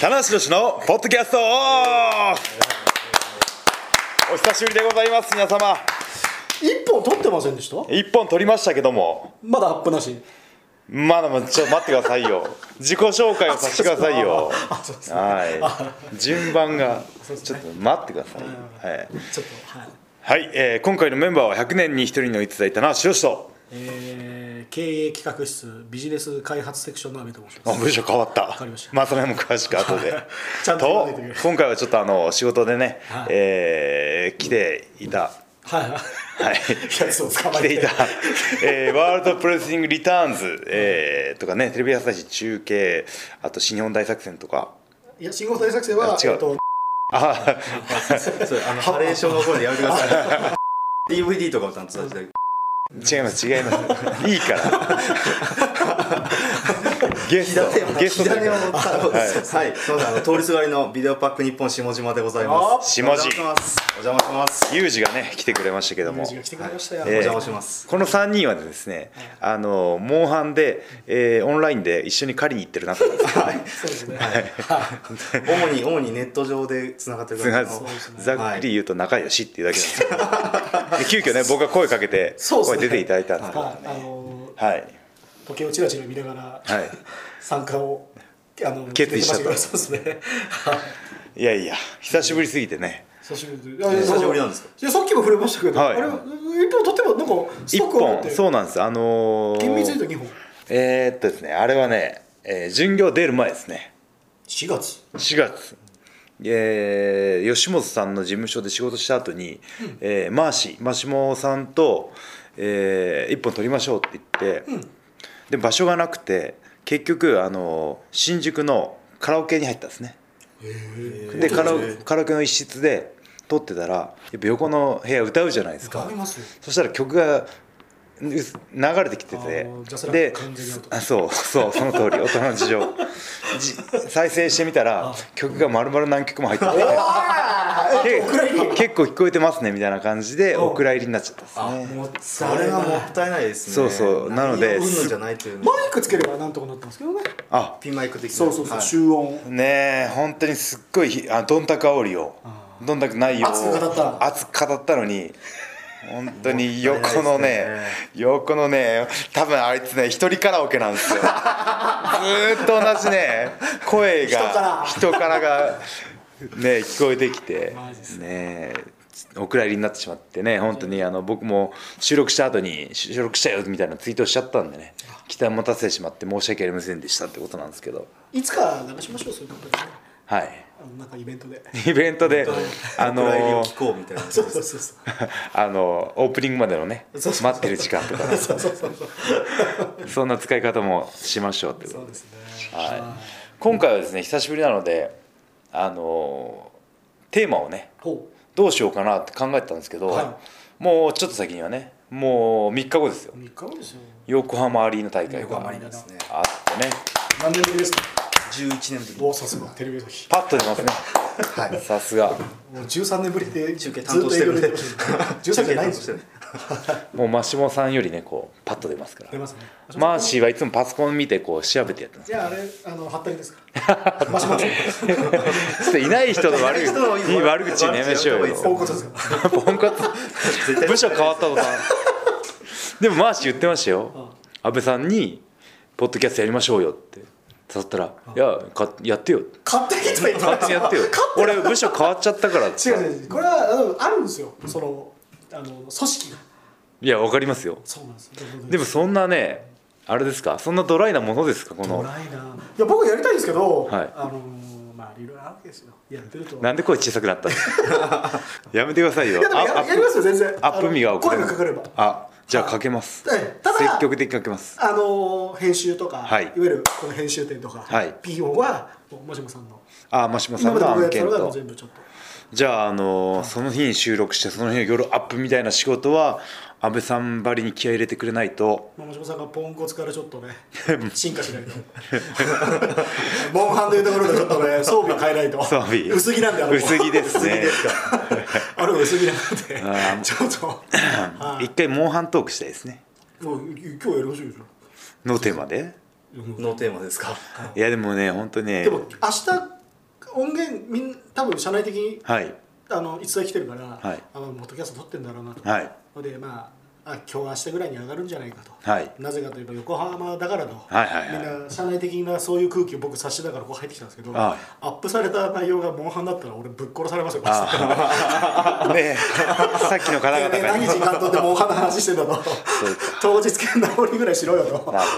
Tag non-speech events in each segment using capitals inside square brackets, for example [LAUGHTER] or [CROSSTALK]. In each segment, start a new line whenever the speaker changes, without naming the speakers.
棚橋宏のポッドキャストオフお久しぶりでございます皆様
一本取ってませんでした
一本取りましたけども
まだアップなし
まだまちょっと待ってくださいよ自己紹介をさせてくださいよ
[LAUGHS] あそうですね
はい順番が
そうです
ちょ
ね
っと待ってくださいはい、
ちょっとはい
はいえー今回のメンバーは100年に1人のいただいた棚橋宏と
えー、経営企画室ビジネス開発セクションの阿部と申し
あ
ます
文章変わった
わかりました
まあそれも詳しく後で
[LAUGHS] ちゃんと言わないといけない
今回はちょっとあの仕事でね、
はい
えー来ていた
はいはい
はい
いやそう捕ま
来て
えて
い
[LAUGHS]
た、えーワールドプロレスリングリターンズ、えーとかねテレビ朝日中継あと新日本大作戦とか
いや信号対策生は
あ違う
えっと
あ
それあのハレーションの声でやめてくださ [LAUGHS] い DVD とかも担当させて
違います違いますいいから
[LAUGHS]
ゲストゲストと
火
いう
種を
か
持ったのですはいすいませんあの通りすがりのビデオパック日本下島でございます
下地
お邪魔しますお邪魔します
ユージがね来てくれましたけど
友
も
人が来てくれましたよ、
お邪魔します
この3人はですね、あのモンハンで、えーオンラインで一緒に狩りに行ってるなと思って
そうですねはい
主に主にネット上でつながってる感じの
ざっくり言うと仲良しっていうだけなんですよで急遽ね僕が声かけて
そうです
声
ね
出ていただいたんですけど
はいあのー
はい
時計をちらちら見ながら、
はい
参加をあの
決意しちゃった
決めてまけどそうですねはい
いやいや久しぶりすぎてね
久しぶりであいや
久しぶりなんですか
いやさっきも触れましたけど、
はい
あれ一本取ってもなんかス
1
トックは持っ
本
て
そうなんですあのー
厳密に言うと二本
えーっとですねあれはね、えー巡業出る前ですね
4月
4月えー吉本さんの事務所で仕事した後に、えーマーシーマシモさんと、えー一本撮りましょうって言って、で場所がなくて結局あの新宿のカラオケに入ったんですねでカラオカラオケの一室で撮ってたらやっぱ横の部屋歌うじゃないですか
ありますよ
そしたら曲がう流れてきて
あ
て
ージャスラック
で
完全にアウト
あそうそうその通
[LAUGHS]
り大人の事情じ再生してみたら曲が丸々何曲も入ってて [LAUGHS] け結構聞こえてますねみたいな感じでお蔵入りになっちゃったですね
もう
それはもったいないですね
そうそうなので
何をうんぬんじゃないというの
マイクつければなんとかなったんですけどね
あ
ピンマイク的な
そうそうそう、
はい
集音
ねえ本当にすっごいひあどんたく煽りをどんたく内容を
熱く語った
熱く語ったのに本当に横
も
の
ったいない
ね
です
横のね多分あいつね一人カラオケなん
[LAUGHS]
ですよずーっと同じね声が人からがね聞こえてきて
マジっす
ねえお蔵入りになってしまってね本当にあの僕も収録した後に収録したよみたいなツイートしちゃったんでね期待を持たせてしまって申し訳ありませんでしたってことなんですけど
いつか流しましょうそういうことでね
はい。
あのなんかイベントで
[LAUGHS] イベントで、あ
お蔵入り
の
を聞こうみたいな
[LAUGHS] そうそうそうそう
[LAUGHS] あのオープニングまでのね
そうそうそう
待ってる時間と
[LAUGHS]
かね
そうそうそうそう
そんな使い方もしましょうってこと
そう
で
ですすね
はい今回はですね久しぶりなのであのテーマをね
ほ
どうしようかなって考えてたんですけど、
は
もうちょっと先にはねもう3日後ですよ
う3日後ですよ
横浜アリーナ大会
横浜
が
アリーナですね
あってね
何年ぶりですか
11年ぶり
おさすがテレビ朝日
パッと出ますね
はい
[LAUGHS] さすが
もう13年ぶりで
中継担当してるん
ずっ
で
と営業でやってました13じゃないんですよ
[LAUGHS] 中継担
もうマシモさんよりねこうパッと出ますから
出ますね
マーシーはいつもパソコン見てこう調べてやってます
じゃああれあのハったりです
[LAUGHS]
かマシマシ
ちょっといない人の悪
いない人の
口いい悪口やめましょうよ
悪口
ポンコツですか
ポンコツ
絶対
部署変わったのかなでもマーシー言ってましたよ安倍さんに「ポッドキャストやりましょうよ」って誘ったら「いやかやってよ
買ってきたよ
勝手にや
[LAUGHS]
ってよ俺部署変わっちゃったから」って
違う違う違うこれはあのあるんですよそのあの組織が
いやわかりますよ
そうなんです
でもそんなねあれですかそんなドライなものですかこ
ド
の
ライないや僕やりたいんですけど、
はい
あのーまあいろいろあるわけですよやってると
なんで声小さくな
[LAUGHS]
ったのやめてくださいよ
いやでもや
あア
やりますよ全然
ップミが
あの
遅れ
声
る
がかかれば
あじゃあかけます
ええただ
積極的にかけます
あのー編集とか、
はい
いわゆるこの編集点とか、
はい
ピーオンはもうもしもさんの
あマシモさ
今
ん
まで
の案
僕がやってた
件
のがもう
と
全部ちょっと
じゃあ、あのーその日に収録してその日の夜アップみたいな仕事は安倍さんばりに気合い入れてくれないと
まあもしもさんがポンコツからちょっとね進化しないとモンハンというところでちょっとね装備変えないと
装備
[LAUGHS] 薄着なんであの
薄着ですね
[LAUGHS] あれ薄着なんでちょっとは
一回モンハントークしたいですね
いもう今日やりましょうよじゃあ
のテーマで
当のテーマですか
いやでもね本当ね
でも明日音源みん多分社内的に
はい
あの逸材来てるから、
はい
あのポッドキャスト撮ってんだろうなと、 [LAUGHS]
はい
のでまああ今日明日ぐらいに上がるんじゃないかと、
はい
なぜかというと横浜だからと、
はいはいはい
みんな社内的なそういう空気を僕察しながらこう入ってきたんですけど、
はい
アップされた内容がモンハンだったら俺ぶっ殺されますよマジで
あねえさっきの方々
ね
が
何時間とってモンハンの話してんだと
そうか
当日券直りぐらいしろよとモン
なる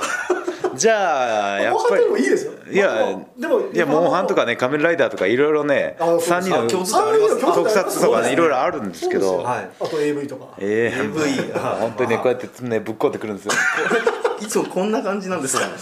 ほどじゃあやっ
ハ
ぱ
ン
り
でもいいですよ
いや
まあでも
いやモンハンとかね仮面ライダーとかいろいろね
あそうです
3人
あ共
の
通点あります
三人
特
の共通点あります
撮とか
そうです
ねいろいろあるんですけ
そ
ど
うですよ
はい
あと AV とか
ええ
AV あ
本当にねこうやってねぶっこんでくるんですよ
いつもこんな感じなんですかね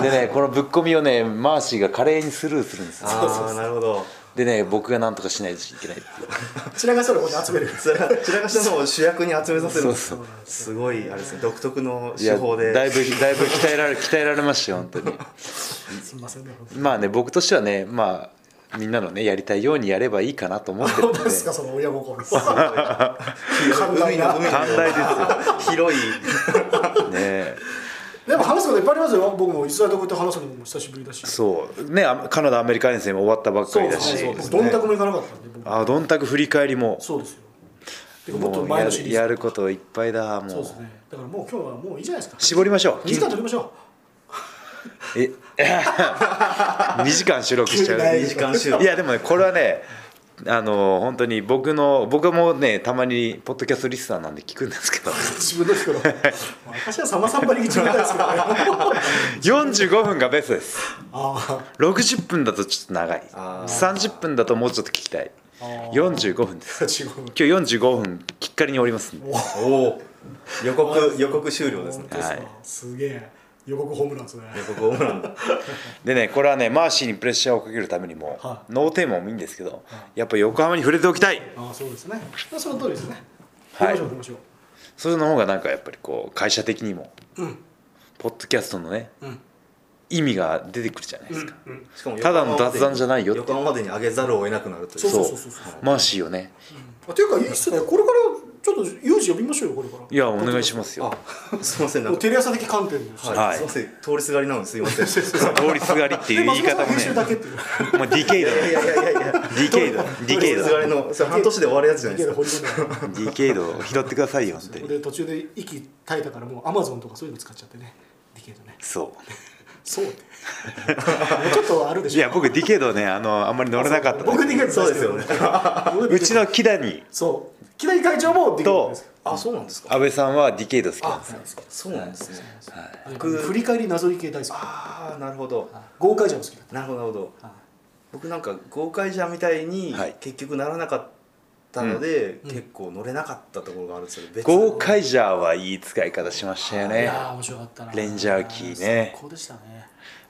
でねこのぶっ込みをねマーシーが華麗にスルーするんですよ
ああなるほど
でね僕がなんとかしないといけないっていう
散らかしたらここに集める
それは散らかしたのを主役に集めさせるんです
そう
すごいあれですね独特の
い
手
や
法で
だいぶだいぶ鍛えられ鍛えられましたよ本当に
すみませんね本当に
まあね僕としてはねまあみんなのねやりたいようにやればいいかなと思ってるん
本
で
当ですかその親心
広い海の海
寛
の
大
広い
ねえ
でも話すこといっぱいありますよ僕もイスラエルとこうやって話すのも久しぶりだし
そうねあカナダアメリカ遠征も終わったばっかりだし
そうですね僕どんたくも行かなかったんで僕
あどんたく振り返りも
そうですよてかもっ
も
と
う
前
や
のシリ
る
ー
や
ズ
ることいっぱいだ
そう
も
ですねだからもう今日はもういいじゃないですか
う絞りましょう
2時間取りましょ
え [LAUGHS] 2時間収録しちゃう
[LAUGHS] 急な
2時間収
[LAUGHS]
録
いやでもねこれはねあの本当に僕の僕もねたまにポッドキャストリスナーなんで聞くんですけ
[LAUGHS]
ど
う自分ですけど私はさまさんばりに決めたいですけどね
45分がベストです
あ
60分だとちょっと長い
あー
30分だともうちょっと聞きたい
あー
45分です
あ違う
今日45分きっかりにおりますんで
おお予告予告終了ですね
本当ですか
はい
すげえ予告ホームランですね
予告ホームラン
でねこれはねマーシーにプレッシャーをかけるためにも、
はい
ノーテーマもいいんですけどやっぱ横浜に触れておきたい
ああそうですねまあその通りですね行き
は
ま
い
しょう行きましょう
それの方がなんかやっぱりこう会社的にも、
うん
ポッドキャストのね
うん
意味が出てくるじゃないですか、
うん
しかも
ただの雑談じゃないよって
横浜までに上げざるを得なくなるという
そうそうそう
そ
そううそう
マーシーをね
あていうかいいっすねこれからちょっと有事呼びましょうよこれから
いやお願いしますよ
あすいませんなん
もう
か
テレ朝的観点で
はい、
はい
すいません通りすがりなのですいま
[LAUGHS]
せん
通りすがりっていう
で
言い
松
方
本さん
も
編
ね
集だけっていう
もうディケイド
いやい
だよ
やいやいや
ディケイドディケイド
通りすがりのそれ半年で終わるやつじゃない
い
です
や
か
掘り込んだよ
ディケイドを拾ってくださいよ本当に
で途中で息絶えたからもうアマゾンとかそういうの使っちゃってねディケードね
そ [LAUGHS]
そうねもうちょっとあるで
う
し
い
ょ
や僕ディケイドねあのあんまり乗れなかった
僕
ね
ディケード
そうですよね
うちの木谷
そう木田会長もディケードです
あそうなんですか
安倍さんはディケイド好きなんですよ
そうなんですね
僕振り返り謎理系大好き
ああなるほど
豪快じゃん好きだ
なるほどなるほど僕なんか豪快じゃみたいに
はい
結局ならなかったので、結構乗れなかったところがあるんですよ別
ゴーカイジャーはいい使い方しましたよね
いや
や
ー面白かったな
レンジャーキーね
最高でしたね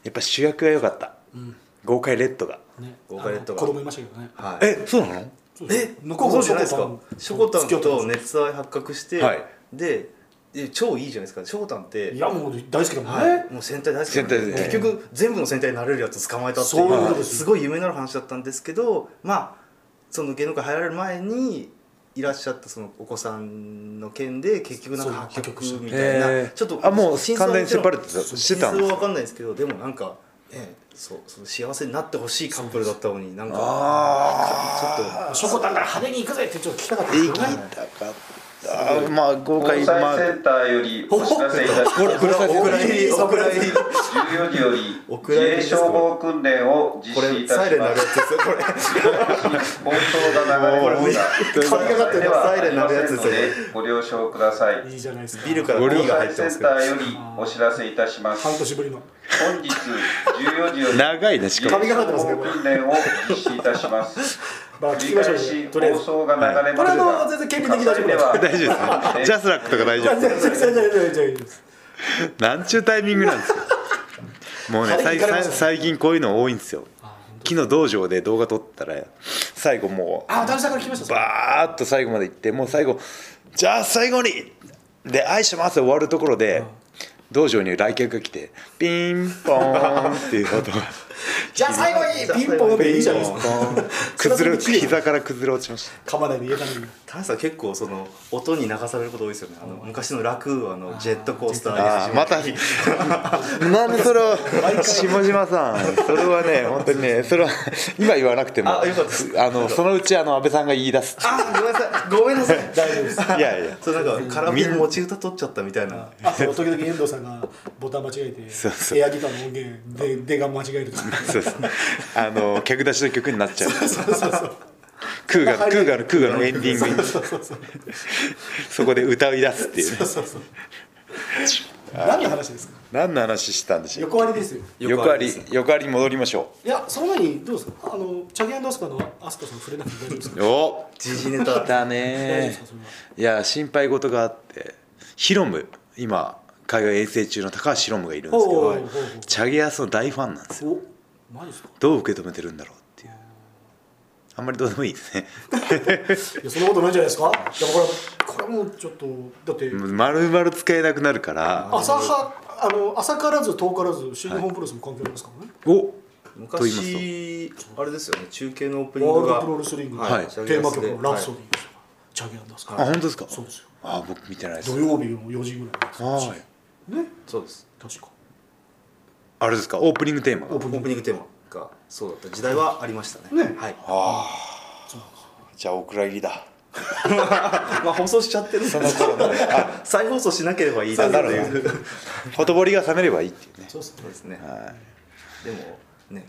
っぱ主役が良かった
うん
ゴーカイレッドが
ね
豪快レッド
あの
が
子供いましたけどね
はい
えそうなの
そうそう
え
向こ
向こ
う
う
も
ご
シ
じ
ョ
ゃな
コ
いです
タ
か
ン
しょこたん
付き合ってた
と
んです
熱愛発覚して、
はい
でえ超いいじゃないですかしょこたんって
いやもう大好きだもん
は
ね
い、もう戦隊大好きなん
戦
で
隊で
結局全部の戦隊になれるやつ捕まえたってい
そう
う
いうことです
すごい夢のある話だったんですけどまあその芸能界入られる前にいらっしゃったそのお子さんの件で結局なんか破
そう
局みたいな、
えー
ちょっと
あもう
真
完
相は
全にセパレー
も
ト
ちろん
してたん
真
で
相
す
は分かんないですけどでもなんか、ね、そうその幸せになってほしいカップルだったのになんかちょっと
ショコタンから派手に行くぜってちょっと聞きたかったです
行
よ
き
ね
たかったあーまあ豪
防
快
災
まあ
センターよりお知らせいたします。
これこれ
お蔵入りお蔵入り
14時より
お
自
蔵入り
衛
ですか
消防訓練を実
こ
施
れ
いたし
サイレンなる
ま
や
す。
つですよこれ。
放送が流れました。
これ
それでは
サ
あ
イレン
り
な
ま
る
せ
や
ん
つで
の
すよこ
で
れ
ご了承ください。
いいじゃないですか
ビルから
ゴ
防
リ
ビ
ゴ
ーが入っ
災
てま
セ
す
ン
けど
ターよりお知らせいたします。
半年ぶりの
本日14時より
長いねしかも
神がかってますね
自衛消防訓練を実施いたします。
まあ聞
繰
き
り
ましょう
返
よ
し
とりあえず
放送が流れま
これ
す
あ
が
の、全然権利的に大丈夫です
大丈夫ですねジャスラックとか大丈夫
じゃあじゃあじゃあじゃあじゃあじゃあいいです
なんちゅうタイミングなんですかもうね
あれ
最
行かれま
最
したね
最近こういうの多いんですよ
あ
昨日道場で動画撮ったら最後も
あ男性から聞きまし
う
た
バーッと最後まで行ってもう最後じゃあ最後にで「愛してます」で終わるところで道場に来客が来てピンポーンっていう音
[LAUGHS]
が
じゃあ最後にピンポンっていいじゃないですか
崩れ膝から崩れ落ちまし
噛まないで言えたのに
田中さん結構その音に流されること多いですよねあの昔の楽あのジェットコースター
たあーまたなんでそれを下島さんそれはね本当にねそれは今言わなくても
あよかったです
あのそのうちあの安倍さんが言い出す
あごめんなさいごめんなさい [LAUGHS]
大丈夫です
いやいや
そうなんかカラオケの持ち歌取っちゃったみたいな
あと時々遠藤さんがボタン間違えて
そうそう
エアギターの音源で出が間違えるとか
そうそうあの客出しの曲になっちゃう
そうそうそう
クーガのクーガのクーガのエンディングにそこで歌い出すっていうね
そうそうそう何の話ですか
何の話したんでしょう
横割りですよ
横あり横ありに戻りましょ
いやその前にどうですかあのチャゲアンドアスカのアスカさん触れなくて大丈夫ですか
うお
時事ネ
来
タ
た
大丈夫で
ね
すかそれはい
や心配事があってヒロム今海外遠征中の高橋ヒロムがいるんですけ
ほうほう
ど
ほうほう
チャゲアスの大ファンなんですよ
おマジですか
どう受け止めてるんだろうっていうあんまりどうでもいいですね
いやそんなことないんじゃないですかでもこれこれもうちょっとだって
丸々使えなくなるから
朝はあの朝からず遠からず新日本プロレスも関係ありますからね、
おと言いますと
昔あれですよね中継のオープニン
ワー
グ
ルド
が
プロレスリングの、
はい
テーマ曲の「ラプソディ」でしたから、チャゲアンドアスカ
あ本当ですか
そうですよ
あ僕見てないです
土曜日の4時ぐらいです
はい
ね
そうです
確か
あれですかオープニングテーマ
オー
が
プニ
オ
ング
ープニングテーマがそうだった時代はありましたね
ね
はい
じゃあお蔵入りだ
まあ放送しちゃってるんですけど再放送しなければいいなって
なる
いう
ほとぼりが冷めればいいっていうね
そうです
そう
ね
ですね
はい
でもね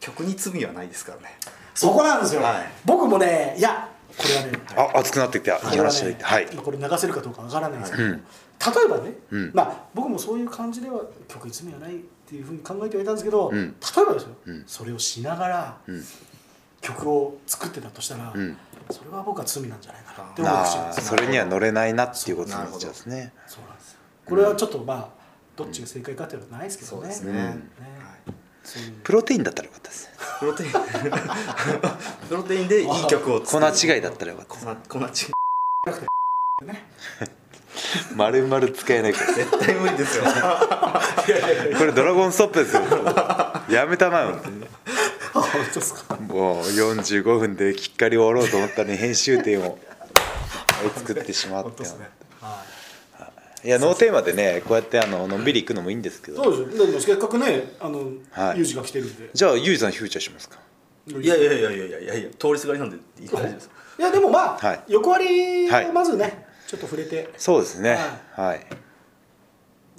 曲に罪はないですからね
そこなんですよ、
はい
僕もねいやこれはね
あ熱くなってきたい
こ
い
れは
話しとい
ね
てはい
まあこれ流せるかどうかわからないですけど、
うん
例えばね、
うん
まあ、僕もそういう感じでは曲いつもやないっていうふうに考えてはいたんですけど、
うん
例えばですよ、
うん
それをしながら
うん
曲を作ってたとしたら、
うん
それは僕は罪なんじゃないかなって思う節
あ
で
ー
す
それには乗れないなっていうことになっちゃうんですね
そうなんですよこれはちょっとまあどっちが正解かっていうのはないですけどね、
そうです
う
ね
ん
ねそういう
プロテインだったらよかったです
プロテイン [LAUGHS] プロテインでいい曲を
粉
作る
違いだったらよかった
粉粉違い
丸々使えないから
絶対無理 [LAUGHS] ですよ
[LAUGHS] これドラゴンストップですよやめたまよ
あ [LAUGHS] 本当ですか
もう45分できっかり終わろうと思ったのに編集点を作ってしまっ
本当
て
ですねはい
いやノーテーマでねこうやってあののんびり行くのもいいんですけど
そうですよでもせっかくねあの、
はい
ユージが来てるんで
じゃあゆうじさんフューチャーしますか
いやいやいやいやいやいやいや通りすがりなんでいい大丈夫です
いやでもまあ、
はい
横割り
はい
をまずね、ちょっと触れて
そうですねはい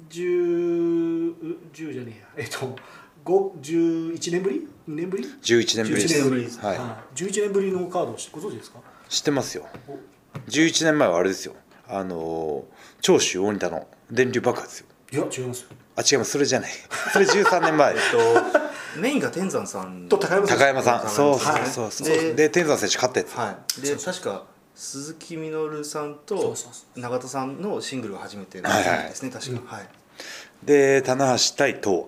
1010じゃねえやえっと5 11年ぶり2年ぶり
11年ぶりで
11年ぶりです
はい
い、11年ぶりのカードをご存知ですか
知ってますよ
お
11年前はあれですよあのー長州大仁田の電流爆発よ
いや違いますよ
あ違いますそれじゃないそれ13年前
とメインが天山さん
と高山さん
高山さんそう
高山
そうそう
ね
そう
で
で天山選手勝ったやつ
はいで確か鈴木みのるさん
そ
と
うそうそ
永田さんのシングルが初めて
はいはい
ですね確かはい
で棚橋対東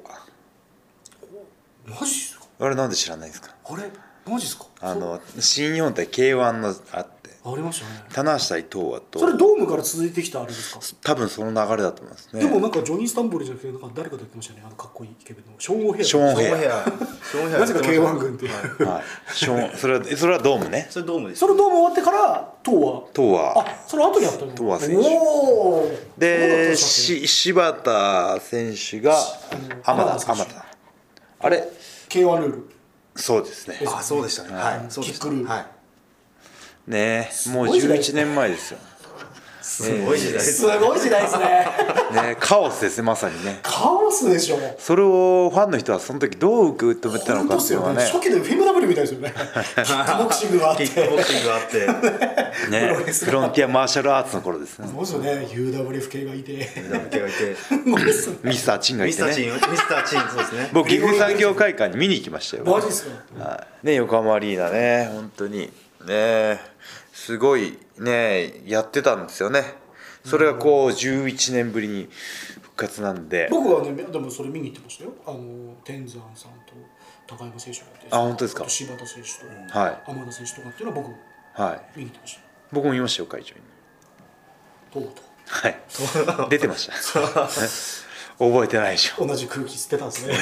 マジですか
あれなんで知らないんですか
あれマジですか
あの新日本対 k 1のあって
そうありましたね
棚橋対東亜
それ
と
ドームから続いてきたあれですか、
多分その流れだと思いますね
でもなんかジョニー・スタンボリじゃなくてなんか誰かと言ってましたよねあのかっこいいイケメンのショーン・オヘア
ショーンオヘ
ショ
ア
ーンヘアショーンヘア
なぜか K1 軍っていう
はい
はい、ショ
[LAUGHS]
ーンそれはそれはドームね
それドームです
それドーム終わってから党は
東亜
あその後にやったの
東亜選手
おお
でし柴田選手が
あの
天田天
天田選手
田あれ
K1 ルール
そうですね
あそうでしたね
はい
はいそうでした
キックルー
はい
ねえもう
ごい時代
11年前ですよ、
すごい時代です
すごい時代ですね
ねえ、カオスですねまさにね
カオスでしょ
それをファンの人はその時どう受け止めてたの
本
か
当
っ
ってす
いうのは
よ
ね
ね初期でフィムダブルみたいですよ
[LAUGHS]
ねキックボクシングがあっ
キ
て
ックボクシングがあって
ねフロンティアマーシャルアーツの頃ですね
そうですよね UWF 系がい
[LAUGHS]
て [LAUGHS]
ダブル系がいて
もうですね
ミスター・チンが
ミ
い
ス
て
ターチン
ね
ミスターチンそうですね
僕岐阜産業会館に見に行きましたよ
マジですか
はいね横浜アリーナね本当にねすごいねやってたんですよねそれがこう11年ぶりに復活なんで
僕はねでもそれ見に行ってましたよあの天山さんと高山選手がいて
あ本当ですか
あと柴田選手と
はい
天田選手とかっていうのは僕
はい
見に行ってました
僕も見ましたよ会場に
とうとう
はい出てましたね覚えてないでしょ
同じ空気吸ってたんですね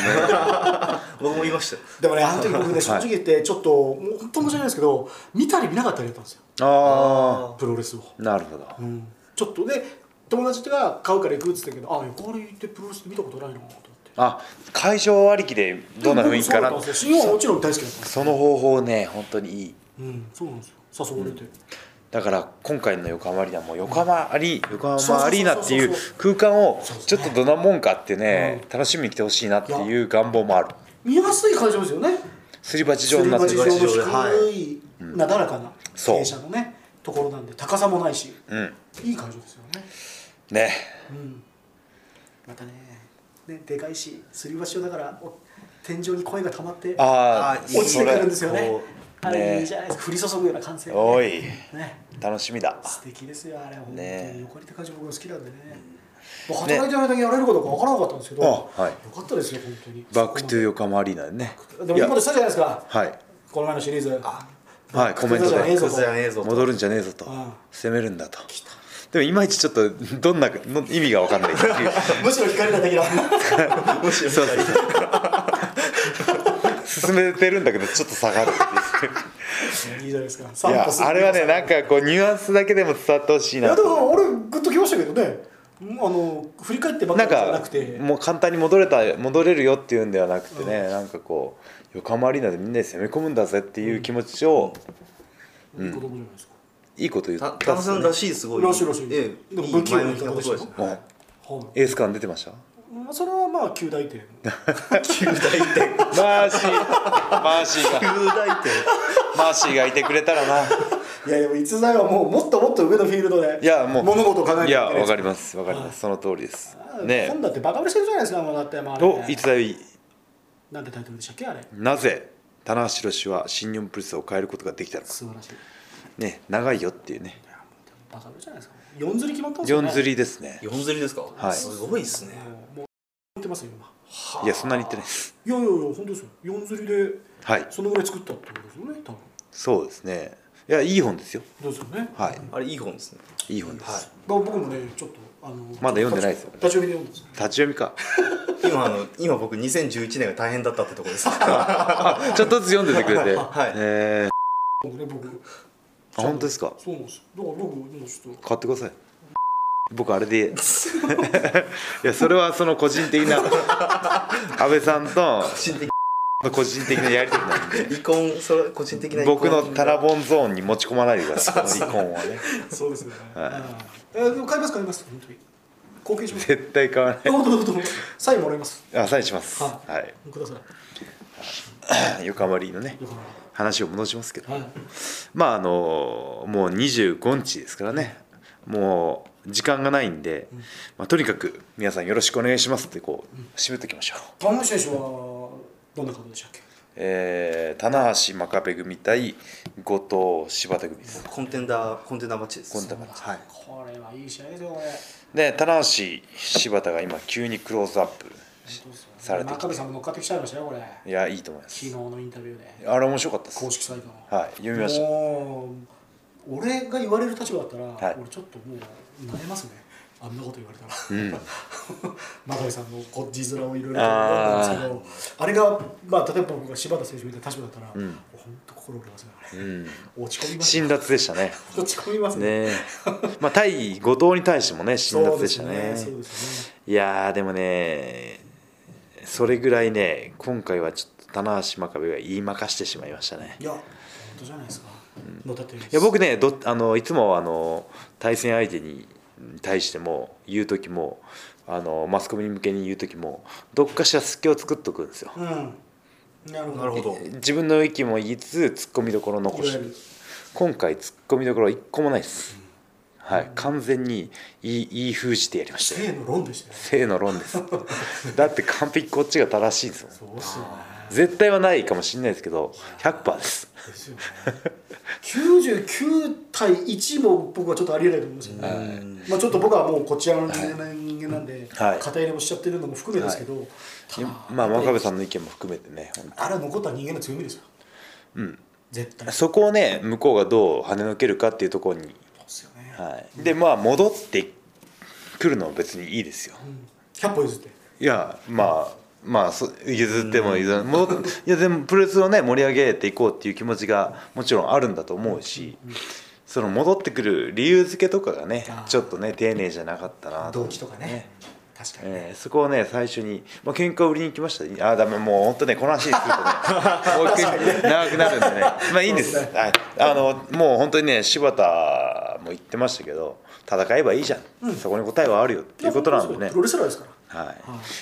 僕も言いましたよ
でもねあの時僕ね正直言ってちょっともう本当申し訳ないですけど見たり見なかったりだったんですよ
あ
プロレスを、
あなるほど
うん、ちょっとで友達が買うから行くっつってんけどあ横浜行ってプロレス見たことないなと思って
あ会場ありきでどんな雰囲気かな
でも僕もそうだったんですよ今はもちろん大好きだったんです
その方法ね本当にいい
うんそうなんですよ誘われて、
だから今回の横浜アリーナも横浜アリ横浜アリーナってい
そううそうそ
空間を
そうです
ちょ
ね
っとどんなもんかってね楽しみに来てほしいなっていう願望もある
見やすい会場ですよね
すり鉢状になって
す
る
り
すり
鉢
鉢
状
状で
の低い、なだらかな
そう
傾斜のねところなんで高さもないし
うん
いい会場ですよね
ね
うんまたねねでかいしすり鉢状だからお天井に声が溜まって
ああ
あーいい
落ちてくるんですよ
それ
ね
こ
あれ
ね
いいじゃないですか降り注ぐような歓声がね
おい
ね
楽しみだ
素敵ですよあれ本当
ね
に横にいた会場僕も好きなんでねもう働いてる間にやれることが分からなかったんですけど、
あ
よ
はい
かったですよ本当に
バックトゥ
ゥ
横浜アリーナでね
で
いや
も今までしたじゃないですか
はい
この前のシリーズ
はいコメント
クズじゃねえ
で
ぞ
クズやねえぞと
戻るんじゃねえぞと
うん
攻めるんだとでもいまいちちょっとどんなの意味が分かんないっていう [LAUGHS]
むしろ光が的な
むしろ
そう [LAUGHS] 進めてるんだけどちょっと下がるっていう
いいじゃないですか
い
散
や
歩する
あれはねなんかこうニュアンスだけでも伝わってほしい
いや
な
で
と
も俺グッときましたけどねうんあの振り返ってばっか
なん
りじゃな
か
くて
もう簡単に戻れた戻れるよっていうんではなくてね、なんかこう横浜アリーナでみんなで攻め込むんだぜっていう気持ちを、
いい子供じゃないですか
いいこと言った
た
っ
田中
す
さん
ね
らしいすごい
らしいらしい
ええ
でも
いい
不器用
前向きなことですね
うん
はい
は
エース感出てました
いまあそれはまあ旧大点
旧大点
マー
[LAUGHS]
シーマーシーが
旧大点
マーシーがいてくれたらない
いやでも逸材はもうもっともっと上のフィールドでい
やもう
物事を考えて
いやわかり
る
ますわかりますその通りです
ね
ね
本だってバカ売れしてるじゃないですかもうだってまああれ
おいつだよ
なんてタイトルでしたっけあれ
なぜ棚橋宏は新日本プロレスを変えることができたのか
素晴らしい
ね長いよっていうね
バカ売れじゃないですか四釣り決まったんですよね
4釣りですね
四釣りですか、
はい
すごいですね
もうもう言ってますよ今
いやそんなに言ってないです
いやいやいや本当ですよ四釣りで
はい
そのぐらい作ったってことですよね多分
そうですねいやいい本ですよ
どうですよね
は
あれいい本ですね
いいい本です、
はい
だから僕もねちょっとあの
まだ読んでないですよ
立ち読みで読んでます
立ち読み
[LAUGHS]
か
今あの今僕2011年が大変だったってとこ
[LAUGHS]
ろです
あちょっとずつ読んでてくれて、
[LAUGHS] はい
えー、
僕ね僕
あ本当ですか
そうなんですよだから僕もうちょっと
買ってくださ
[LAUGHS]
い僕あれでいやそれはその個人的
[LAUGHS]
な安倍さんと
個人的
個人的なやり取りなんで
遺婚それ個人的な遺婚
僕のタラボンゾーンに持ち込まないでくだ
[LAUGHS]
さいその離婚はね
そうですよねえーでも買います買います本当に貢献し [LAUGHS] ます
絶対買わな
どうぞどうぞどうぞサインもらいます
いあサインしますは、
はいください
横浜リーのね
よかっ
話を戻しますけど
たはい
まああのもう25日ですからねもう時間がないんで、まあ、とにかく皆さんよろしくお願いしますってこう締めときましょう、
玉虫選手はどんな方でしたっけ
えー、棚橋真壁組対後藤柴田組です
コンテンダーコンテンダーマッチです
コンテンダーマッチ
はい
これはいい試合ですよこれ
で棚橋柴田が今急にクローズアップされてき
真
て
壁さんも乗っかってきちゃいましたよこれ
いやいいと思いま
昨日
す
のインタビューで
あれ面白かったです
公式サイトの
はい読みました
もう俺が言われる立場だったら、
はい
俺ちょっともう慣れますねあんなこと言われたら、 [LAUGHS] 真壁さんのこう字面をいろいろと
あー
思うんですけどあれが、まあ、例えば僕が柴田選手みたいな立場だったら本当、
ん
ほんと心折れますねあれ、
うん
落ち込みます
辛
ね
辣でしたね
落ち込みますね
ねえ [LAUGHS] まあ対後藤に対してもね辛
そう
辣
で
でし
す
た
ね
ね
そうですね
いやーでもねそれぐらいね今回はちょっと棚橋真壁が言い負かしてしまいましたね
いや本当じゃないですか、もうだってい
いや僕ねどあのいつもあの対戦相手に対しても言う時もあのマスコミに向けに言う時もどっかしら隙を作っとくんですよ
うんなるほど
なるほど
自分の意見も言いつつツッコミどころ残
いわ
し
ゆ
て
る
今回ツッコミどころ一個もないです、はい完全に言い言い封じてやりましたよ
性の論でしたね
正の論ですだって完璧こっちが正しいんですもん
そうっすよね
絶対はないかもしれないですけど100%です
ですよね。99対1も僕はちょっとありえないと思うんですよね。まあちょっと僕はもうこちらの人間な人間なんで、
はい
肩入れもしちゃってるのも含めですけど、ただ
まあ真壁さんの意見も含めてね本
あれは残った人間の強みですよ。
ん
絶対
当。そこをね向こうがどう跳ねのけるかっていうところに、
ですよね。
はい、でまあ戻ってくるのは別にいいですよ
うん100歩譲って。
いやまあまあそ譲っても譲らもういやでもプロレスをね盛り上げていこうっていう気持ちがもちろんあるんだと思うしその戻ってくる理由付けとかがね
あー
ちょっとね丁寧じゃなかったなと
動機とかね確かにね
えーそこをね最初に、まあ喧嘩を売りに来ましたねあーだめもう本当ねこの話するとね
[LAUGHS]
もう一回長くなるんでねまあいいんです、はい、あのもう本当にね柴田も言ってましたけど戦えばいいじゃん、そこに答えはあるよっていうことなんで
いや本当にそう
ね
プロレスラーですから
はい、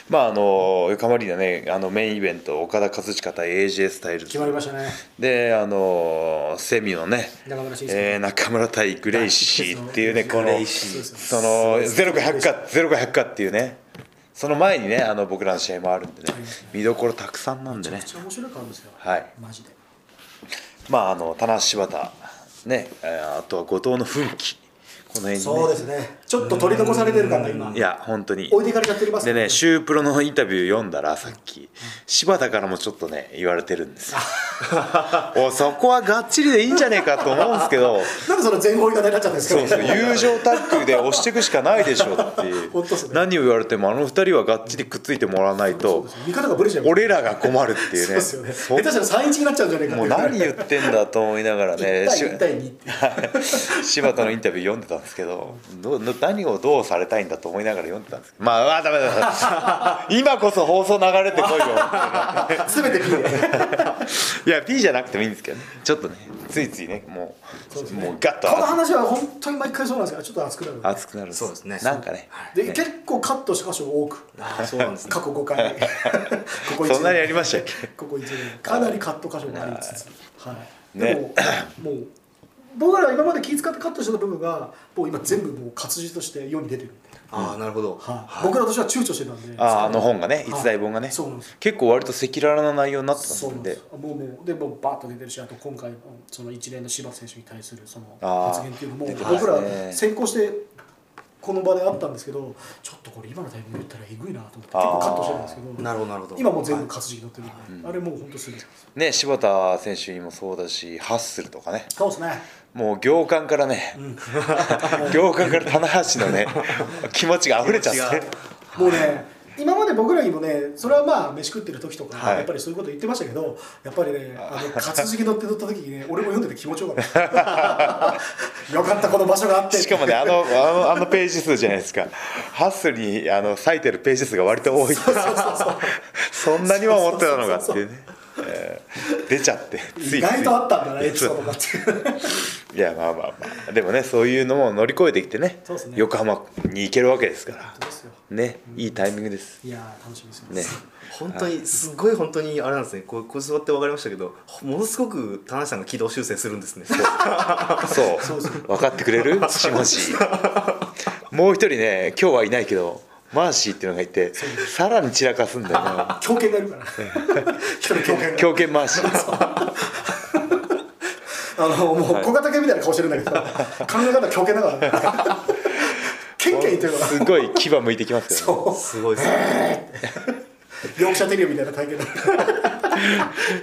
まああのカマリーナねあのメインイベント岡田和親対 AJ スタイルズ
決まりましたね
であのセミのね
中村慎介
えー中村対グレイシーっていうねこの
レイシー
そのゼロか100かゼロか100かっていうねその前にねあの僕らの試合もあるんでね見どころたくさんなんで
め
ね
っちゃ面白い感じですよ
はい
マジで
まああの棚橋柴田ねえーあとは後藤の奮起この辺に、ね、
そうですねちょっと取り残されてる感が今
いや本当に
置いていかれちゃってます
でね、シュープロのインタビュー読んだらさっき柴田からもちょっとね言われてるんです
[LAUGHS]
よおそこはがっちりでいいんじゃねえかと思うんですけど
なんでその全方位型になっちゃったんですか
そうそう友情タッグで押していくしかないでしょっていう
本当っすね
何を言われてもあの二人はがっちりくっついてもらわないと
見方がブレちゃう
俺らが困るってい
そう
う
で
ね
すよね
そ
下手したら三一になっちゃうんじゃないかっ
も
て
う
いうぐらい
何言ってんだと思いながらねし [LAUGHS]
1対1対2っていう
柴田のインタビュー読んでたんですけどどう何をどうされたいんだと思いながら読んでたんですけどまあうわダメだダ
[LAUGHS]
メだ今こそ放送流れてこいよ [LAUGHS]
全て P で
いや P じゃなくてもいいんですけどねちょっとねついついねも
そうで
う
すね
もうガッと
この話は本当に毎回そうなんですけどちょっと熱くなる
熱くなるん
そうですね
なんかね
で結構カットした箇所が多く
ああそうなんですね
過去5回
[LAUGHS]
ここ一年
そんなにありましたっけ
ここ1年かなりカット箇所がありつつ、はい、でも
ね、
もう僕らは今まで気遣ってカットしてた部分がもう今全部もう活字として世に出てるんで、
ああなるほど
はい、僕らとしては躊躇してたんで
[LAUGHS] あーあの本がね
はい
逸材本がね、
そうなんです
結構割と赤裸々な内容になってた
そうなん
ん
で
です
もうもうでもうバーッと出てるしあと今回その一連の柴田選手に対するその
あー
発言っていうのも
出てますね
僕ら先行してこの場であったんですけどちょっとこれ今のタイミングで言ったらえぐいなと思って結構カットしてたんですけど
なるほどなるほど
今もう全部活字に載ってるんで、あれもう本当すぐです
ね柴田選手にもそうだしハッスルとかね
そうですね
もう行間からね、 [LAUGHS] 行間から棚橋のね [LAUGHS] 気持ちが溢れちゃって
もうね今まで僕らにもねそれはまあ飯食ってる時とか、
はい
やっぱりそういうこと言ってましたけどやっぱりねあの活字に載って乗った時にね俺も読んでて気持ちよかった [LAUGHS] よかったこの場所があって
しかもねあのあのあのページ数じゃないですかハッスルにあの割いてるページ数が割と多いんですよ [LAUGHS] そんなには思ってたのかっていうねえー出ちゃってついつい
意外とあったんだなエピソードがっていう
いやまあまあまあでもねそういうのも乗り越えてきてね
そうですね
横浜に行けるわけですから
そうですよ
ねいいタイミングです
いやー楽しみですよ
ね
本当にすごい本当にあれなんですねこうこう座って分かりましたけどものすごく田中さんが軌道修正するん
[LAUGHS]
ですね
そう分かってくれるしもしもう一人ね今日はいないけどマーシーっていうのがいてさらに散らかすんだよ
狂犬がいるから一人狂犬
ね
が
狂犬マーシー
あのもう小型犬みたいな顔してるんだけど考え方狂犬だからねケンケン言ってるから
すごい牙向いてきますよね
そう
すごいですね
ヨークシャテリアみたいな体型だ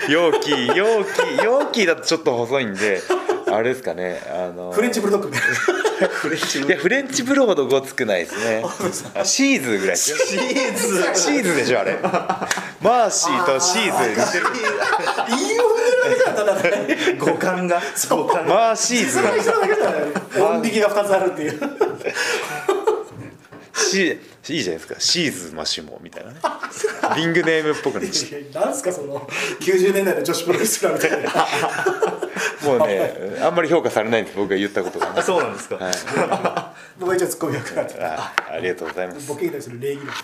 容器容器容器だとちょっと細いんであれですかねあの
フレンチブルドッグみたい
フレッシュ
いやフレンチブロードごつくないですねシーズぐらいですよ
シーズ
シーズでしょあれマーシーとシーズ似てる
ないいよ踏んでるだけだったらね
五感が五感
マーシーズ
それ人だけだったらね音力が2つあるっていう
シーいいじゃないですかシーズマシモみたいなねリングネームっぽくなっちゃ
なんすかその90年代の女子プロレスラーみたいな
[LAUGHS] うもうねあんまり評価されないんです僕が言ったことがね
あそうなんですか、
はい
僕は一応ツッコミ役なんで
あありがとうございます
ボケに対する礼儀です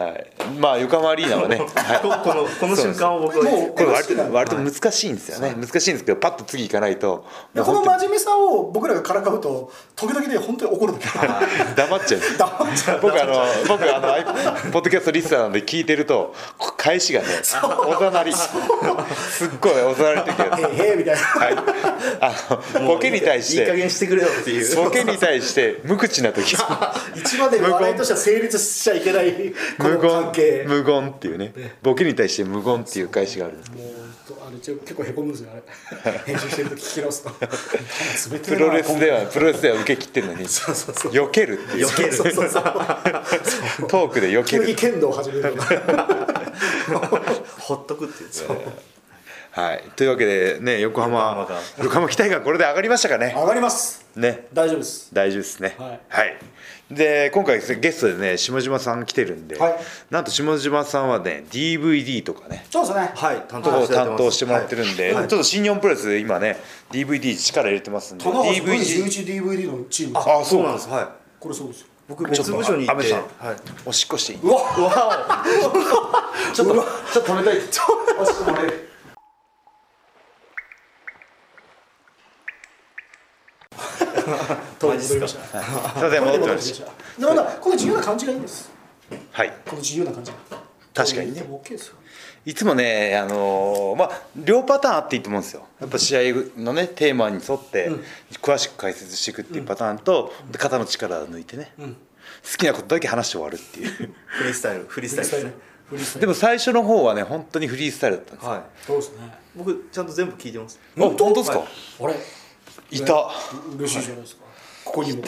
はいまあ横浜アリーナはねはい
ここのこの瞬間を僕は
もう
これ割と割と難しいんですよね難しいんですけどパッと次行かないと
で
もう
この
本
真面目さを僕らがからかうと時々ね本当に怒るんだ [LAUGHS] けど
当に黙っちゃうんです
黙っちゃう
僕あの僕あのポッドキャストリスナーなんで聞いてるとこ返しがねおざなりすっごいおざなりの時が
へーへーみたいな
はい、あのボケに対し
いい加
て
減してくれよっていう
ボケに対して無口な時
一番で笑いとしては成立しちゃいけないこ
無
の関
言
係もう
無言っていうねボケに対して無言っていう返しがあるんです
あれちょ結構へこむんですよあれ編集してると聞き直 [LAUGHS] すと滑って
プ
る
ロ
な
レスではプロレスでは受け切ってるのに
そうそうそう
避けるっていう
避ける
そうそうそう
トークで避け
急に
る
剣道を始めるとか
ほっとくっていう
はいというわけでね横浜
横浜が
横浜期待がこれで上がりましたかね
上がります
ね
大丈夫です
大丈夫ですね
はい
で今回ゲストでね下島さん来てるんで、
はい
なんと下島さんはね DVD とかね
そうですね
はい担
とこを
当してやって
担
ます
当してもらってるんで、ちょっと新日本プロレスで今ね DVD 力入れてますんで
棚橋君
DVD
11DVD のチームで
あ
す
そう
そうなんですは
これそうですよ
い僕別部署に行って
ちょっと
はい
おしっこしていい
わおちょっとちょっと止めたい
当に戻りました
すいません戻ってま
し
した
だからこの自由な感じがいいんです
たはい
この自由な感じが
確かに
でも OK ですよ
いつもね、あのーまあ、両パターンあっていいと思うんですよやっぱ試合のねテーマに沿って詳しく解説していくっていうパターンと、肩の力を抜いてね、好きなことだけ話して終わるっていう
フリースタイルフリースタイルですね
フリースタイ
で
ル
も最初の方はね本当にフリースタイルだったんですよ、
は
そうですね
い僕ちゃんと全部聞いてます
あ本当ですか、
はい
あれ
い、た
嬉しいじゃないですかここにも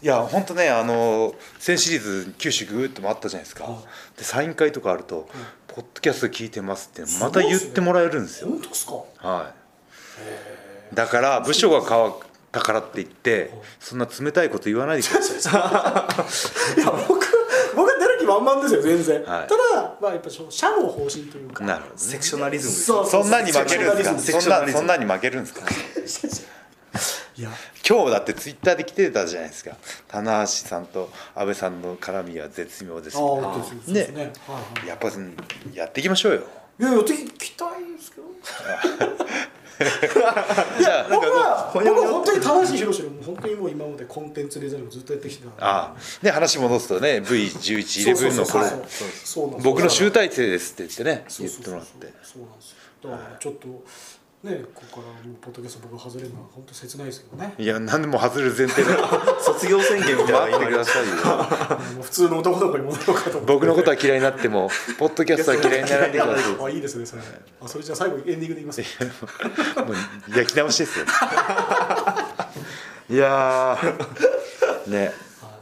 いや本当ねあの先シリーズ九州ぐーっと回ったじゃないですか、でサイン会とかあると「ポッドキャスト聞いてます」ってまた言ってもらえるんですよ
本当ですか
はいだから部署が変わったからって言ってそんな冷たいこと言わないでください
[LAUGHS] いや僕僕は出る気満々ですよ全然、
はい
ただまあやっぱその社の方針というか
なるほどね
セクショナリズムです
そう
そんなに負けるんですかそ
セ
ク
ん
ショナ
な
リズム
そんなに負けるんですか
いや
今日だってツイッターで来てたじゃないですか棚橋さんと安倍さんの絡みは絶妙です
ああ
よ
本当ですよそうですね
ね
はいはい
やっぱそのやっていきましょうよ
いやいやぜひ来たいですけど
じゃあ
僕は
こ
僕
ういうの
は本当に正しい広瀬も本当にもう今までコンテンツデザインをずっとやってきてたので
ああで話戻すとね V1111 のこ
そう
れ
そうそうそうなんです
僕の集大成ですって言ってね
そ
言
う
っ
そう
て
そ
も
う
らって
そうなんですよだからちょっとねここからもうポッドキャスト僕が外れるのは本当切ないですけどね
いや何でも外れる前提
[LAUGHS]
で
卒業宣言みた
待
いな
っ
の
て
が
く
今
ださいよ
もう普通の男の子に戻ろうかと思って
僕のことは嫌いになってもポッドキャストは嫌いにならないでください
あいいですねそれあそれじゃあ最後にエンディングで言います
もう焼き直しですよいやーね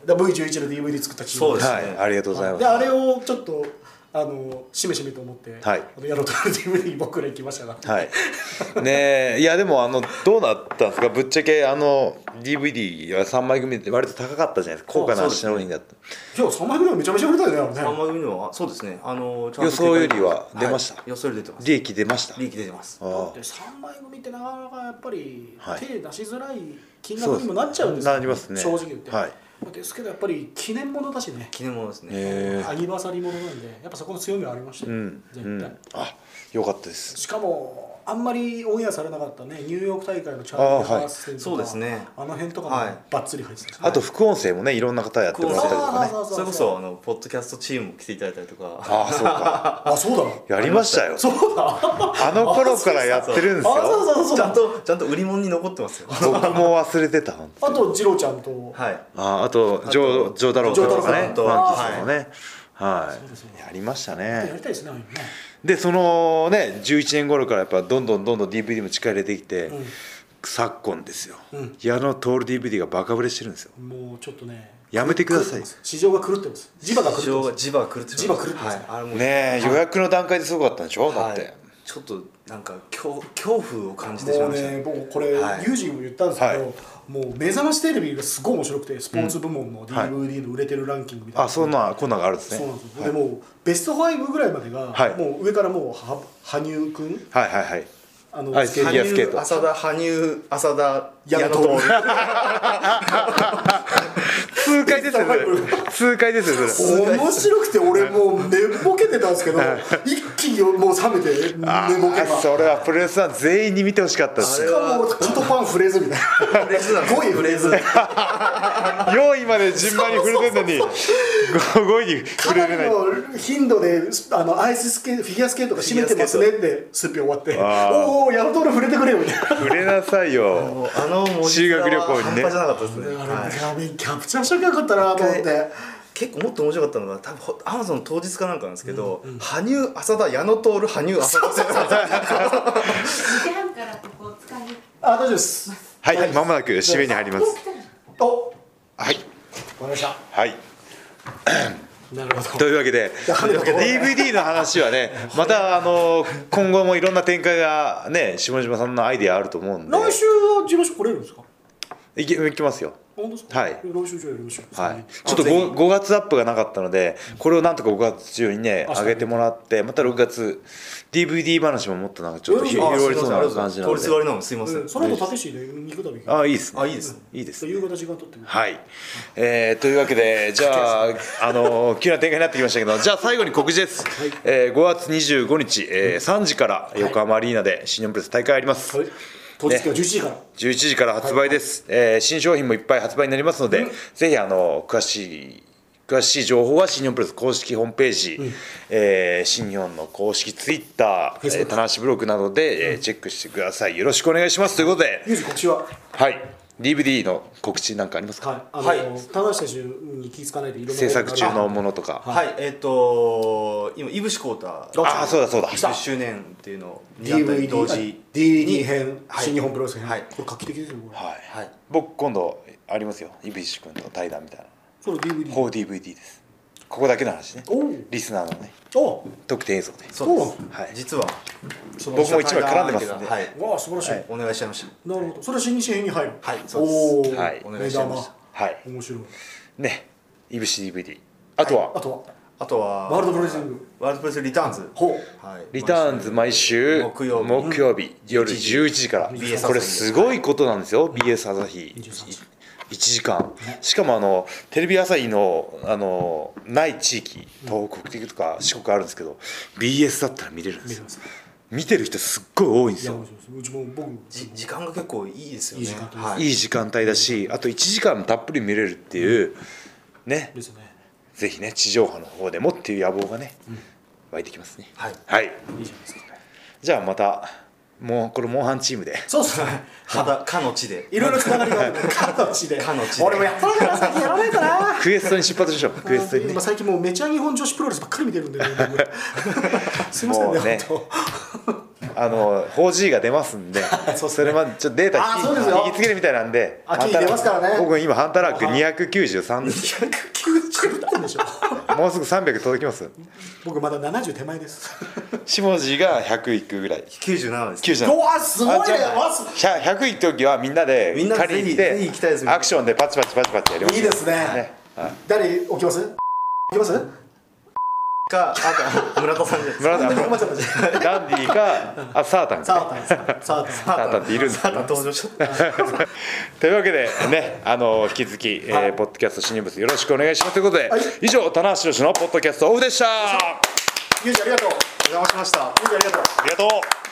だ V11 の DVD 作った気
そうですね
はいありがとうございます
であれをちょっとあのしめしめと思って、 [LAUGHS]
はい
あのやろうという DVD に僕ら行きましたが、
はいねえいやでもあのどうなったんですかぶっちゃけあの DVD は3枚組で割と高かったじゃないですか高価な品のにだった
今日3枚ぐらいめちゃめちゃ売れたよねあ
あ
れ
ん
ね
まりのはそうですねあのちゃんと
予想よりは出ました
はい予想より出てます
利益出ました
利益出てます
あ
だ
あ
って3枚組ってなかなかやっぱり
はい
手出しづらい金
そう
額にもなっちゃうんですよ、
なりますね
正直言って、
はい
ですけどやっぱり記念物だしね
記念物ですね、
え
アニバーサリーものなんでやっぱそこの強みはありましたよ、
うんう
絶対、
んあよかったです
しかもあんまりオンエアされなかったねニューヨーク大会のチャ
あ
ー
あ
リー・ハース戦とか
そうですね
あの辺とか
はい
もバッツリ入ってたし、
あと副音声もねいろんな方やってもらったりとかね
そうそう
それこそあのポッドキャストチームも来ていただいたりとか
ああそう
[LAUGHS]
か
あそうだろ
やりましたよ
そうだ
あの頃からやってるんです
あそう
よ
そうそう
ちゃんとちゃんと売り物に残ってますよ
僕も忘れてた本当に
あと次郎ちゃんと、
はい
ああとジョージョー太郎さんとかね
ジョー太郎さんと
ワンキーさんもねはい、やりました
やり
ね
たいですねああいうのね
でそのね11年頃からやっぱどんどんどんどん DVD も力入れてきて、
ん
昨今ですよ、
うん
矢野徹 DVD がバカ売れしてるんですよ
もうちょっとね
やめてください
狂ってます市場が狂ってます磁場が狂って
地
ま
場
す
地場狂っ
地場狂っ
てます
てます
はいあれもう
ねえ予約の段階ですごかったんでしょ、だ
は
っ
い
て
ちょっとなんか恐恐怖を感じてしま
も
いうました
ね、僕これ、
はい
ユージにも言ったんですけど、
はい
もう目覚ましテレビがすごい面白くてスポーツ部門の DVD の売れてるランキングみたいな、
あそんなこんなのがあるんです
そうな
ね
んですよ、でもうベスト5ぐらいまでが、
はい
もう上からもうは羽生君
はいはいはい
あの、
はい
スケート
フィギュアスケート
浅田羽生浅田
矢野徹 [LAUGHS]
痛快ですよそれ痛快ですよそれ
面白くて俺もう寝ぼけてたんですけど一気にもう冷めて寝
あ
ぼけ
ー
ばし
それはプロレスさん全員に見てほしかったです
あれ
かもカトパンフレーズみたいな
フレーズなんです
5位フレーズ
4位まで順番に触れてんのに5位に [LAUGHS]
か
触
な
れれ
り
ない
の頻度でスあのアイススケフィギュアスケートが締めてますねって数票終わって
あー
おおやっと俺触れてくれよみたいな。
触れなさいよ
あの文字
修
面は
学旅行にね
半端じゃなかったですね、
あ
はい
れ画面キャプチャーしときゃよかったなと思って
一回結構もっと面白かったのが多分アマゾン当日かなんかなんですけど、羽生浅田矢野徹羽生浅田
時半からここ使いに
あ大丈夫です
はいまもなく締めに入ります
おわ
はい
かりました
はい
なるほ
と
ど
いうわけで
というわけで
DVD の話はねまたあの今後もいろんな展開がね下島さんのアイデアあると思うんで
来週は事務所来れるんですか
いきいきますよ
本当ですか
はい
来週じゃあやりましょう
はい、ちょ
あ
っと
ぜひ
5, 5月アップがなかったのでこれをなんとか5月中にね
あ
上げてもらってまた6月 DVD 話ももっとなんかちょっとひ
うん
広がりそうな感じなの
通りすが
で
りなのすいません、
うんその後たけしで肉食べ行く
あいいですね
あいいですね
いいです
夕方時間取ってみる
はい、えーというわけでじ
[LAUGHS]
ゃあ、あのー急な展開になってきましたけどじゃあ最後に告知です、えー5月25日、えー3時から横浜アリーナで新日本プロレス大会あります、
はい当日は11時から
11時から発売です、えー新商品もいっぱい発売になりますので、ぜひあの詳しい詳しい情報は新日本プロレス公式ホームページ、えー新日本の公式ツイッター、えー、棚橋ブログなどで、えーチェックしてくださいよろしくお願いしますということで
ユージ告知は
はい DVD の告知なんかありますか、
はいあの、
はい
高橋選手に気ぃ付かないでいろんな
制作中のものとか
はいえっ、と今井伏浩太
ああそうだそうだ
10周年っていうのをやったり
DVD
同時
DVD 編、
はい
新日本プロレス編、
はい
これ画期的ですよこれ、
はい、
はい
僕今度ありますよ井口君と対談みたいな
その DVD
こう DVD ですここだけの話ね
おう
リスナーのね
お
特典映像で
そうです
そう
はい
実は
そ
僕も一枚絡んでますんで
はい
わあ素晴らしい、
お願いしちゃいまし
なるほどそれは新日編に入る
はいそうです
おお、
はい
お願いします
はい
目玉面白い
ね井口 DVD あとは、
あとは
たあとは
ワールドプロレスリング
ワールドプロレスリターンズ
ほ
はい
リターンズ毎週
木曜日
木曜日夜11時から
11時
これすごいことなんですよ BS 朝日1時間しかもあのテレビ朝日のあのない地域東北とか四国あるんですけど BS だったら見れるんですよ見てる人すっごい多いんです
いや
よ
面白いですうちも僕も
じ時間が結構いいですよ
いい
ね
時間帯です
はい
いい時間帯だしあと1時間たっぷり見れるっていうね
ですね
ぜひね地上波の方でもっていう野望がね湧いてきますね
はい
はい
いいじゃないですか
じゃあまたもうこれモンハンチームで
そうですね
肌かの地で
いろいろつながりがあ [LAUGHS] る形で
かの地で
俺もやったのかな最近やらないかな
クエストに出発しましょ
[LAUGHS]
うクエストにね
今最近もうめちゃ日本女子プロレスばっかり見てるんで、ね、僕すいませんね
もうね
本
あの 4G が出ますんで
そうっす
それまでちょっとデータ
あーそうですよ
引きつけるみたいなんで
あ聞いてますからね
僕今ハンターラック293で
当
す
190打ったんでしょ
もうすぐ300届きます
僕まだ70手前です
下地が100いくぐらい
97です
90
うわすごいね
あじゃあ
わす
ひゃ100いく時はみんなで
みんなで
借りに行っ
ぜひぜひ行きたいです
て
ね
アクションでパチパチパチパチやります
いいですね誰置きます置きます [LAUGHS]
かあと村田さんじゃな
[LAUGHS]
いです
村田
困っちゃった
あのダンディかあサータンか
サータンサータン
サータンっているんです
か登場しちゃった
[LAUGHS] というわけでね、あの引き続き、えーポッドキャスト新入物よろしくお願いしますということで、
はい
以上棚橋宏のポッドキャストオフでした。あ
ユージありがとう
お邪魔しました
ユージありがとう
りがとう。